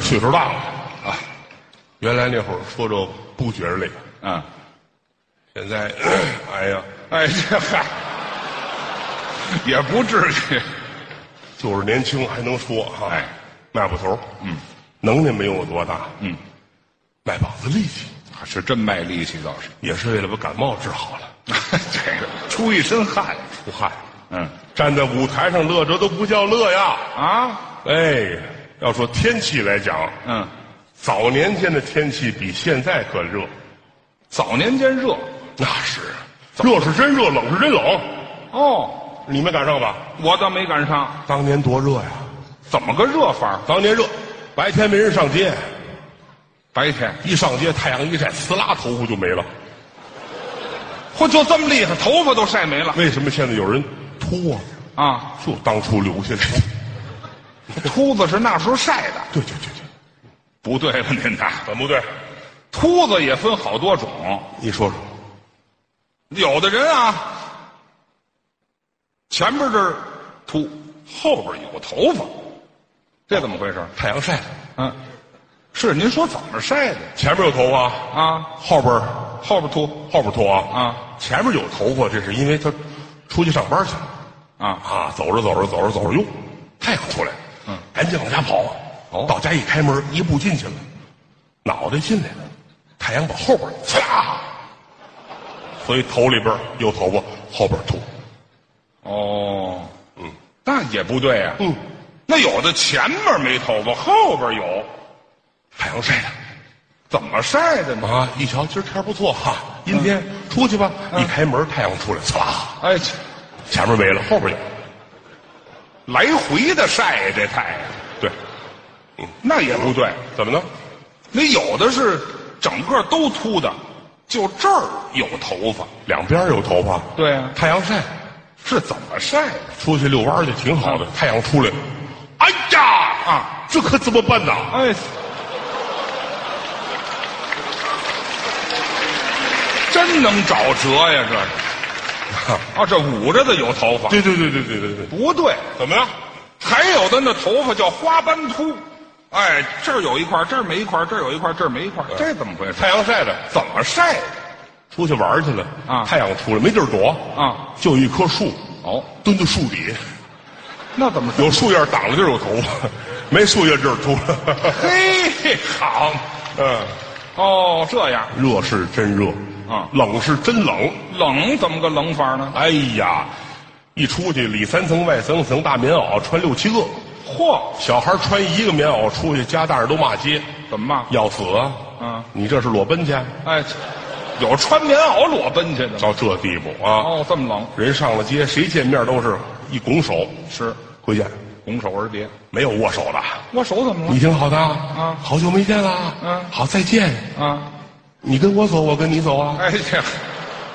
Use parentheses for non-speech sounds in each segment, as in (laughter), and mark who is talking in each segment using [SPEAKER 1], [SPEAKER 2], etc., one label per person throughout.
[SPEAKER 1] 岁数大了啊，原来那会儿说这不觉着累，
[SPEAKER 2] 嗯，
[SPEAKER 1] 现在，哎呀，哎这嗨，
[SPEAKER 2] 也不至于。
[SPEAKER 1] 就是年轻还能说哈、
[SPEAKER 2] 哎，
[SPEAKER 1] 迈步头，嗯，能耐没有我多大，
[SPEAKER 2] 嗯，
[SPEAKER 1] 卖膀子力气
[SPEAKER 2] 是真卖力气倒是。
[SPEAKER 1] 也是为了把感冒治好了，
[SPEAKER 2] (laughs) 这个出一身汗，
[SPEAKER 1] 出汗，
[SPEAKER 2] 嗯
[SPEAKER 1] 站在舞台上乐这都不叫乐呀，
[SPEAKER 2] 啊，
[SPEAKER 1] 哎，要说天气来讲，
[SPEAKER 2] 嗯，
[SPEAKER 1] 早年间的天气比现在可热，
[SPEAKER 2] 早年间热
[SPEAKER 1] 那是啊热是真热，冷是真冷，
[SPEAKER 2] 哦，
[SPEAKER 1] 你没赶上吧？
[SPEAKER 2] 我倒没赶上，
[SPEAKER 1] 当年多热呀！
[SPEAKER 2] 怎么个热法？
[SPEAKER 1] 当年热，白天没人上街，
[SPEAKER 2] 白天，
[SPEAKER 1] 一上街太阳一晒，呲啦头发就没了。
[SPEAKER 2] 嚯，就这么厉害，头发都晒没了
[SPEAKER 1] 为什么现在有人秃啊？
[SPEAKER 2] 啊！
[SPEAKER 1] 就当初留下来的。
[SPEAKER 2] 秃子是那时候晒的，
[SPEAKER 1] (laughs) 对对对对，
[SPEAKER 2] 不对吧？您呐，
[SPEAKER 1] 怎么不对？
[SPEAKER 2] 秃子也分好多种，
[SPEAKER 1] 你说说，
[SPEAKER 2] 有的人啊，前边这儿秃，后边有头发，这怎么回事？
[SPEAKER 1] 太阳晒的，
[SPEAKER 2] 嗯、是您说怎么晒的
[SPEAKER 1] 前面有头发，
[SPEAKER 2] 啊？
[SPEAKER 1] 后边
[SPEAKER 2] 后边秃
[SPEAKER 1] 后边秃啊
[SPEAKER 2] 啊！
[SPEAKER 1] 前面有头发，这是因为他出去上班去了
[SPEAKER 2] 啊，
[SPEAKER 1] 啊，走着走着走着走着，哟，太阳出来了，
[SPEAKER 2] 嗯，
[SPEAKER 1] 赶紧往家跑。啊
[SPEAKER 2] 哦
[SPEAKER 1] 到家一开门，一步进去了，脑袋进来了，太阳把后边擦，所以头里边有头发，后边秃。
[SPEAKER 2] 哦，嗯，那也不对啊。
[SPEAKER 1] 嗯，
[SPEAKER 2] 那有的前面没头发，后边有，
[SPEAKER 1] 太阳晒的
[SPEAKER 2] 怎么晒的呢？
[SPEAKER 1] 啊！一瞧今儿天儿不错哈，阴天、
[SPEAKER 2] 嗯
[SPEAKER 1] 出去吧。一开门，太阳出来，唰，
[SPEAKER 2] 哎，这
[SPEAKER 1] 前面没了，后边有。
[SPEAKER 2] 来回的晒呀，这太阳，
[SPEAKER 1] 对，
[SPEAKER 2] 那也不对。
[SPEAKER 1] 怎么呢？
[SPEAKER 2] 那有的是整个都秃的，就这儿有头发。
[SPEAKER 1] 两边有头发，
[SPEAKER 2] 对啊，
[SPEAKER 1] 太阳晒，
[SPEAKER 2] 是怎么晒的？
[SPEAKER 1] 出去遛弯儿去挺好的。太阳出来了，哎呀啊，这可怎么办呐？
[SPEAKER 2] 哎，真能找辙呀，这是。啊，这捂着的有头发，
[SPEAKER 1] 对对对对对对对，
[SPEAKER 2] 不对。
[SPEAKER 1] 怎么样？
[SPEAKER 2] 还有的那头发叫花斑秃，哎，这儿有一块，这儿没一块，这儿有一块，这儿没一块，这怎么回事？
[SPEAKER 1] 太阳晒的，
[SPEAKER 2] 怎么晒的？
[SPEAKER 1] 出去玩儿去了
[SPEAKER 2] 啊
[SPEAKER 1] 太阳出来没地儿躲
[SPEAKER 2] 啊，
[SPEAKER 1] 就一棵树，
[SPEAKER 2] 哦，
[SPEAKER 1] 蹲在树底，
[SPEAKER 2] 那怎么？
[SPEAKER 1] 有树叶挡了地儿有头发，没树叶地儿秃了。
[SPEAKER 2] 嘿， (laughs) 好，
[SPEAKER 1] 嗯，
[SPEAKER 2] 哦，这样
[SPEAKER 1] 热是真热
[SPEAKER 2] 啊
[SPEAKER 1] 冷是真冷。
[SPEAKER 2] 冷怎么个冷法呢？
[SPEAKER 1] 哎呀，一出去里三层外三层，大棉袄穿六七个，
[SPEAKER 2] 嚯，
[SPEAKER 1] 小孩穿一个棉袄出去，家大人都骂街，
[SPEAKER 2] 怎么嘛？
[SPEAKER 1] 要死啊！
[SPEAKER 2] 啊，
[SPEAKER 1] 你这是裸奔去？
[SPEAKER 2] 哎，有穿棉袄裸奔去的吗？
[SPEAKER 1] 到这地步啊，
[SPEAKER 2] 哦，这么冷，
[SPEAKER 1] 人上了街，谁见面都是一拱手，
[SPEAKER 2] 是
[SPEAKER 1] 回见。
[SPEAKER 2] 拱手而别。
[SPEAKER 1] 没有握手的。
[SPEAKER 2] 我手怎么
[SPEAKER 1] 你
[SPEAKER 2] 了？
[SPEAKER 1] 挺好的
[SPEAKER 2] 啊
[SPEAKER 1] 好久没见了，
[SPEAKER 2] 嗯
[SPEAKER 1] 好再见。
[SPEAKER 2] 啊，
[SPEAKER 1] 你跟我走，我跟你走啊，
[SPEAKER 2] 哎这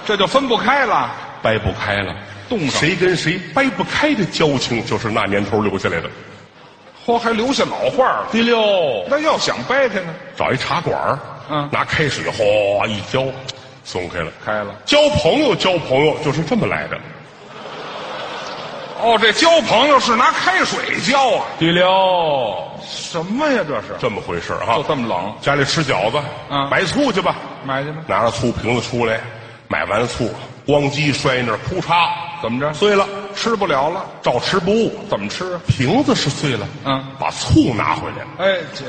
[SPEAKER 2] 这就分不开了。
[SPEAKER 1] 掰不开了，
[SPEAKER 2] 冻上
[SPEAKER 1] 谁跟谁掰不开的交情，就是那年头留下来的。
[SPEAKER 2] 嚯，还留下老话了。
[SPEAKER 1] 第六，
[SPEAKER 2] 那要想掰开呢，
[SPEAKER 1] 找一茶馆儿
[SPEAKER 2] 嗯
[SPEAKER 1] 拿开水哗一浇，松开了。
[SPEAKER 2] 开了。
[SPEAKER 1] 交朋友，交朋友就是这么来的。
[SPEAKER 2] 哦，这交朋友是拿开水浇啊？
[SPEAKER 1] 第六，
[SPEAKER 2] 什么呀？这是
[SPEAKER 1] 这么回事儿啊
[SPEAKER 2] 就。这么冷？
[SPEAKER 1] 家里吃饺子，
[SPEAKER 2] 嗯
[SPEAKER 1] 买醋去吧，
[SPEAKER 2] 买去吧。
[SPEAKER 1] 拿着醋瓶子出来，买完醋，咣叽摔那儿，哭嚓，
[SPEAKER 2] 怎么着？
[SPEAKER 1] 碎了。
[SPEAKER 2] 吃不了了？
[SPEAKER 1] 照吃不误，
[SPEAKER 2] 怎么吃啊？
[SPEAKER 1] 瓶子是碎了，
[SPEAKER 2] 嗯，
[SPEAKER 1] 把醋拿回来了，
[SPEAKER 2] 哎，这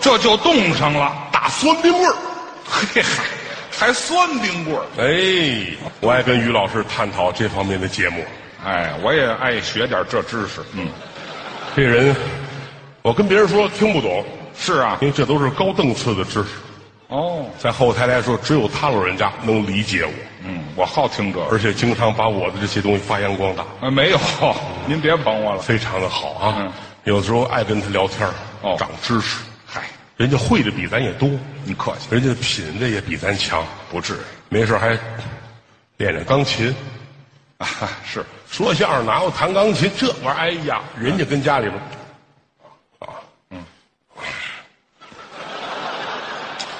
[SPEAKER 2] 这就冻上了。
[SPEAKER 1] 大酸冰棍儿。
[SPEAKER 2] 嘿嗨，还酸冰棍儿。
[SPEAKER 1] 哎，我爱跟于老师探讨这方面的节目。
[SPEAKER 2] 哎，我也爱学点这知识。嗯，
[SPEAKER 1] 这人，我跟别人说听不懂，
[SPEAKER 2] 是啊。
[SPEAKER 1] 因为这都是高档次的知识，
[SPEAKER 2] 哦，
[SPEAKER 1] 在后台来说，只有他老人家能理解我，
[SPEAKER 2] 嗯，我好听这个。
[SPEAKER 1] 而且经常把我的这些东西发扬光大，
[SPEAKER 2] 啊，没有，您别捧我了。
[SPEAKER 1] 非常的好啊。
[SPEAKER 2] 嗯
[SPEAKER 1] 有的时候爱跟他聊天儿
[SPEAKER 2] 哦
[SPEAKER 1] 长知识，
[SPEAKER 2] 嗨，
[SPEAKER 1] 人家会的比咱也多，
[SPEAKER 2] 您客气，
[SPEAKER 1] 人家的品味也比咱强，
[SPEAKER 2] 不至于
[SPEAKER 1] 没事儿还练练钢琴。
[SPEAKER 2] (laughs) 啊。是
[SPEAKER 1] 说相声哪有弹钢琴这玩意儿？哎呀，人家跟家里边，啊，嗯，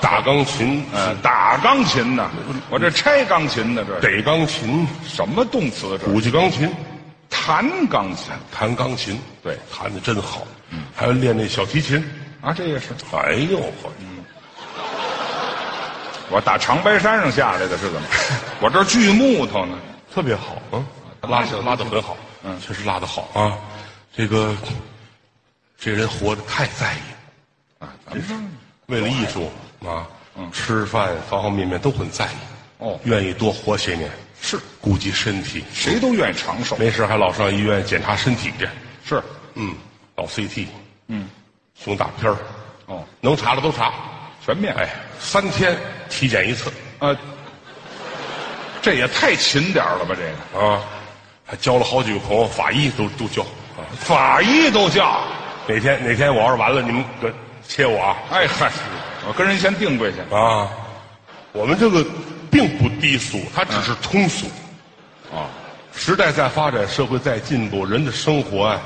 [SPEAKER 1] 打钢琴、
[SPEAKER 2] 嗯，打钢琴呢，我这拆钢琴呢，这是
[SPEAKER 1] 逮钢琴、
[SPEAKER 2] 什么动词这是？
[SPEAKER 1] 鼓起钢琴，
[SPEAKER 2] 弹钢琴
[SPEAKER 1] 弹钢琴，
[SPEAKER 2] 对
[SPEAKER 1] 弹的真好，还有练那小提琴，
[SPEAKER 2] 啊，这也是
[SPEAKER 1] 哎呦呵，
[SPEAKER 2] 我打长白山上下来的，是怎么？我这儿锯木头呢。
[SPEAKER 1] 特别好，嗯，拉的拉的很好，嗯，确实拉的好啊，这个这人活着太在意，
[SPEAKER 2] 啊，咱们这
[SPEAKER 1] 为了艺术啊，吃饭方方面面都很在意，
[SPEAKER 2] 哦
[SPEAKER 1] 愿意多活些年，
[SPEAKER 2] 是
[SPEAKER 1] 顾及身体，
[SPEAKER 2] 谁都愿意长寿。
[SPEAKER 1] 没事还老上医院检查身体去，
[SPEAKER 2] 是，
[SPEAKER 1] 嗯，老 CT，嗯，胸大片儿，
[SPEAKER 2] 哦，
[SPEAKER 1] 能查的都查，
[SPEAKER 2] 全面。
[SPEAKER 1] 哎，三天体检一次
[SPEAKER 2] 啊，这也太勤点儿了吧？这个
[SPEAKER 1] 啊，还交了好几个朋友，法医都都交啊。
[SPEAKER 2] 法医都叫。
[SPEAKER 1] 哪天哪天我要是完了，你们可切我啊
[SPEAKER 2] 哎嗨，我跟人先定规去。
[SPEAKER 1] 啊！我们这个并不低俗，它只是通俗。
[SPEAKER 2] 啊，
[SPEAKER 1] 时代在发展，社会在进步，人的生活啊，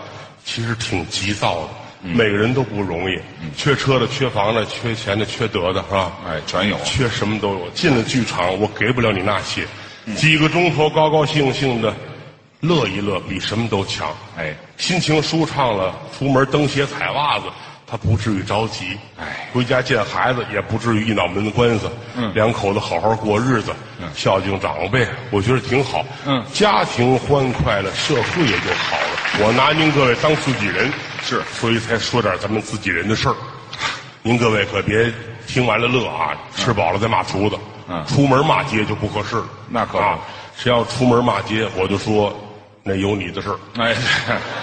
[SPEAKER 1] 其实挺急躁的，每个人都不容易，缺车的、缺房的、缺钱的、缺德的，是吧？
[SPEAKER 2] 哎，全有。
[SPEAKER 1] 缺什么都有。进了剧场，我给不了你那些，
[SPEAKER 2] 嗯
[SPEAKER 1] 几个钟头高高兴兴的乐一乐，比什么都强。
[SPEAKER 2] 哎，
[SPEAKER 1] 心情舒畅了，出门蹬鞋踩袜子，他不至于着急。
[SPEAKER 2] 哎
[SPEAKER 1] 回家见孩子也不至于一脑门子官司。
[SPEAKER 2] 嗯
[SPEAKER 1] 两口子好好过日子，孝敬长辈，我觉得挺好。
[SPEAKER 2] 嗯
[SPEAKER 1] 家庭欢快了，社会也就好了。我拿您各位当自己人，
[SPEAKER 2] 是
[SPEAKER 1] 所以才说点咱们自己人的事儿。您各位可别听完了乐啊，吃饱了再骂厨子。
[SPEAKER 2] 嗯
[SPEAKER 1] 出门骂街就不合适了。
[SPEAKER 2] 那可不
[SPEAKER 1] 啊，谁要出门骂街，我就说那有你的事儿。
[SPEAKER 2] 哎， (laughs)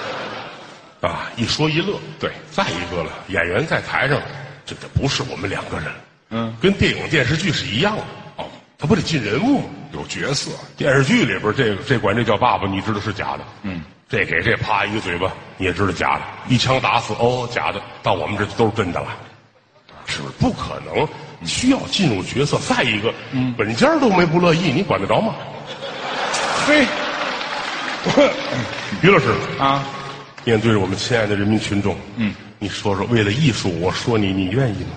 [SPEAKER 1] 啊，一说一乐。
[SPEAKER 2] 对
[SPEAKER 1] 再一个了，演员在台上，这这不是我们两个人，
[SPEAKER 2] 嗯，
[SPEAKER 1] 跟电影电视剧是一样的。哦，他不得进人物吗？
[SPEAKER 2] 有角色。
[SPEAKER 1] 电视剧里边这个这管这叫爸爸，你知道是假的。嗯，这给这啪一个嘴巴，你也知道假的，一枪打死哦假的，到我们这都是真的了，是不是？不可能，需要进入角色。再一个，嗯，本家都没不乐意，你管得着吗？
[SPEAKER 2] 嘿， (laughs)
[SPEAKER 1] 于老师，
[SPEAKER 2] 啊，
[SPEAKER 1] 面对着我们亲爱的人民群众，嗯，你说说，为了艺术，我说你，你愿意吗？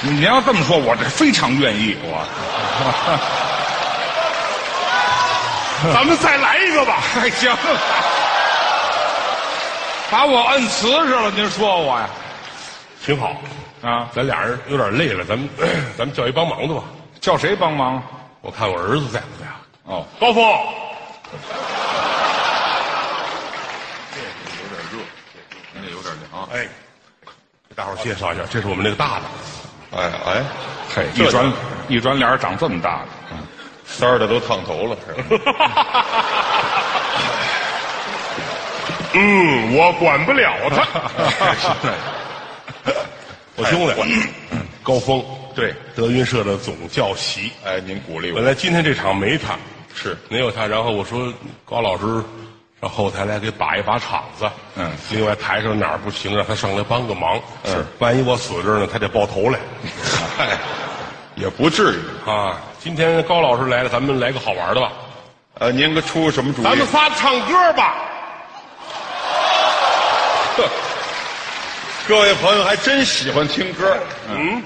[SPEAKER 2] 你要这么说，我这非常愿意。我 (laughs)
[SPEAKER 1] 咱们再来一个吧。
[SPEAKER 2] 哎行，把我摁瓷实了，您说我呀？
[SPEAKER 1] 挺好，
[SPEAKER 2] 啊，
[SPEAKER 1] 咱俩人有点累了，咱们 (clears throat) 咱们叫一帮忙的吧。
[SPEAKER 2] 叫谁帮忙？
[SPEAKER 1] 我看我儿子在不在啊？
[SPEAKER 2] 哦，
[SPEAKER 1] 高峰，
[SPEAKER 2] 您这有点凉啊。
[SPEAKER 1] 哎，给大伙儿介绍一下，这是我们那个大的，
[SPEAKER 3] 哎哎，
[SPEAKER 2] 嘿，
[SPEAKER 3] 这
[SPEAKER 2] 一转一转脸长这么大 (laughs) 了。
[SPEAKER 3] 三儿的都烫头了，是吧
[SPEAKER 1] 嗯，我管不了他， (laughs)
[SPEAKER 2] 哎 (laughs)
[SPEAKER 1] 哎我兄弟，高峰，
[SPEAKER 3] 对，
[SPEAKER 1] 德云社的总教习。
[SPEAKER 3] 哎，您鼓励
[SPEAKER 1] 本
[SPEAKER 3] 我，
[SPEAKER 1] 来今天这场没他，
[SPEAKER 3] 是
[SPEAKER 1] 没有他。然后我说高老师上后台来给把一把场子，
[SPEAKER 2] 嗯
[SPEAKER 1] 另外台上哪儿不行，让他上来帮个忙。
[SPEAKER 3] 是
[SPEAKER 1] 嗯，万一我死这儿呢，他得抱头来
[SPEAKER 2] 哎
[SPEAKER 3] 嗨，也不至于。
[SPEAKER 1] 啊。今天高老师来了，咱们来个好玩的吧，
[SPEAKER 3] 呃，您给出什么主意？
[SPEAKER 1] 咱们仨唱歌吧。
[SPEAKER 3] (laughs) 各位朋友还真喜欢听歌，
[SPEAKER 1] 嗯，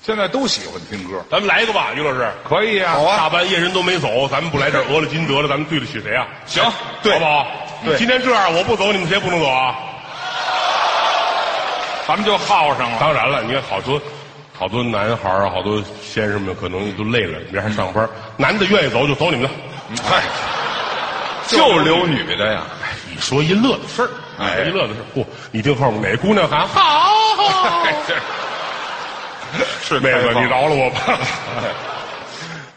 [SPEAKER 2] 现在都喜欢听歌，
[SPEAKER 1] 咱们来一个吧，于老师。
[SPEAKER 2] 可以啊。
[SPEAKER 3] 好啊
[SPEAKER 1] 大半夜人都没走，咱们不来这儿讹了金得了，咱们对得起谁啊？
[SPEAKER 2] 行
[SPEAKER 3] 对
[SPEAKER 1] 好不好？
[SPEAKER 3] 对
[SPEAKER 1] 今天这样，我不走，你们谁也不能走啊？
[SPEAKER 2] 咱们就耗上了。
[SPEAKER 1] 当然了，你看好多好多男孩儿啊，好多先生们可能都累了，明儿还上班儿。
[SPEAKER 3] 嗯
[SPEAKER 1] 男的愿意走就走你们的，
[SPEAKER 2] 哎
[SPEAKER 3] 嗨，就留女
[SPEAKER 2] (laughs)
[SPEAKER 3] 的呀。
[SPEAKER 1] 一说一乐的事儿，
[SPEAKER 3] 哎
[SPEAKER 1] 一乐的事儿。嚯、你听后面哪姑娘喊好，
[SPEAKER 3] (laughs) 是
[SPEAKER 1] (laughs) 妹子
[SPEAKER 3] 开放
[SPEAKER 1] 你饶了我吧。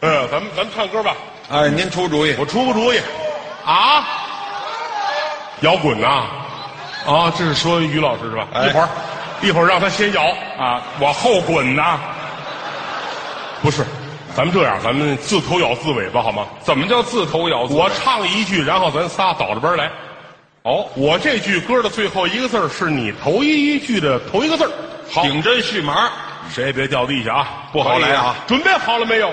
[SPEAKER 1] (laughs) 嗯，咱们咱们唱歌吧，
[SPEAKER 3] 哎，您出主意。
[SPEAKER 1] 我出个主意啊，摇滚呐、啊，这是说于老师是吧？
[SPEAKER 3] 哎
[SPEAKER 1] 一会儿一会儿让他先摇
[SPEAKER 2] 啊，我后滚呐！
[SPEAKER 1] 不是，咱们这样，咱们自头咬自尾吧，好吗？
[SPEAKER 2] 怎么叫自头咬自尾？
[SPEAKER 1] 我唱一句，然后咱仨倒着边儿来。
[SPEAKER 2] 哦，
[SPEAKER 1] 我这句歌的最后一个字儿是你头一句的头一个字儿。好，
[SPEAKER 2] 顶针续麻。哎
[SPEAKER 1] 谁也别掉地下啊，不
[SPEAKER 3] 好来啊
[SPEAKER 1] 准备好了没有？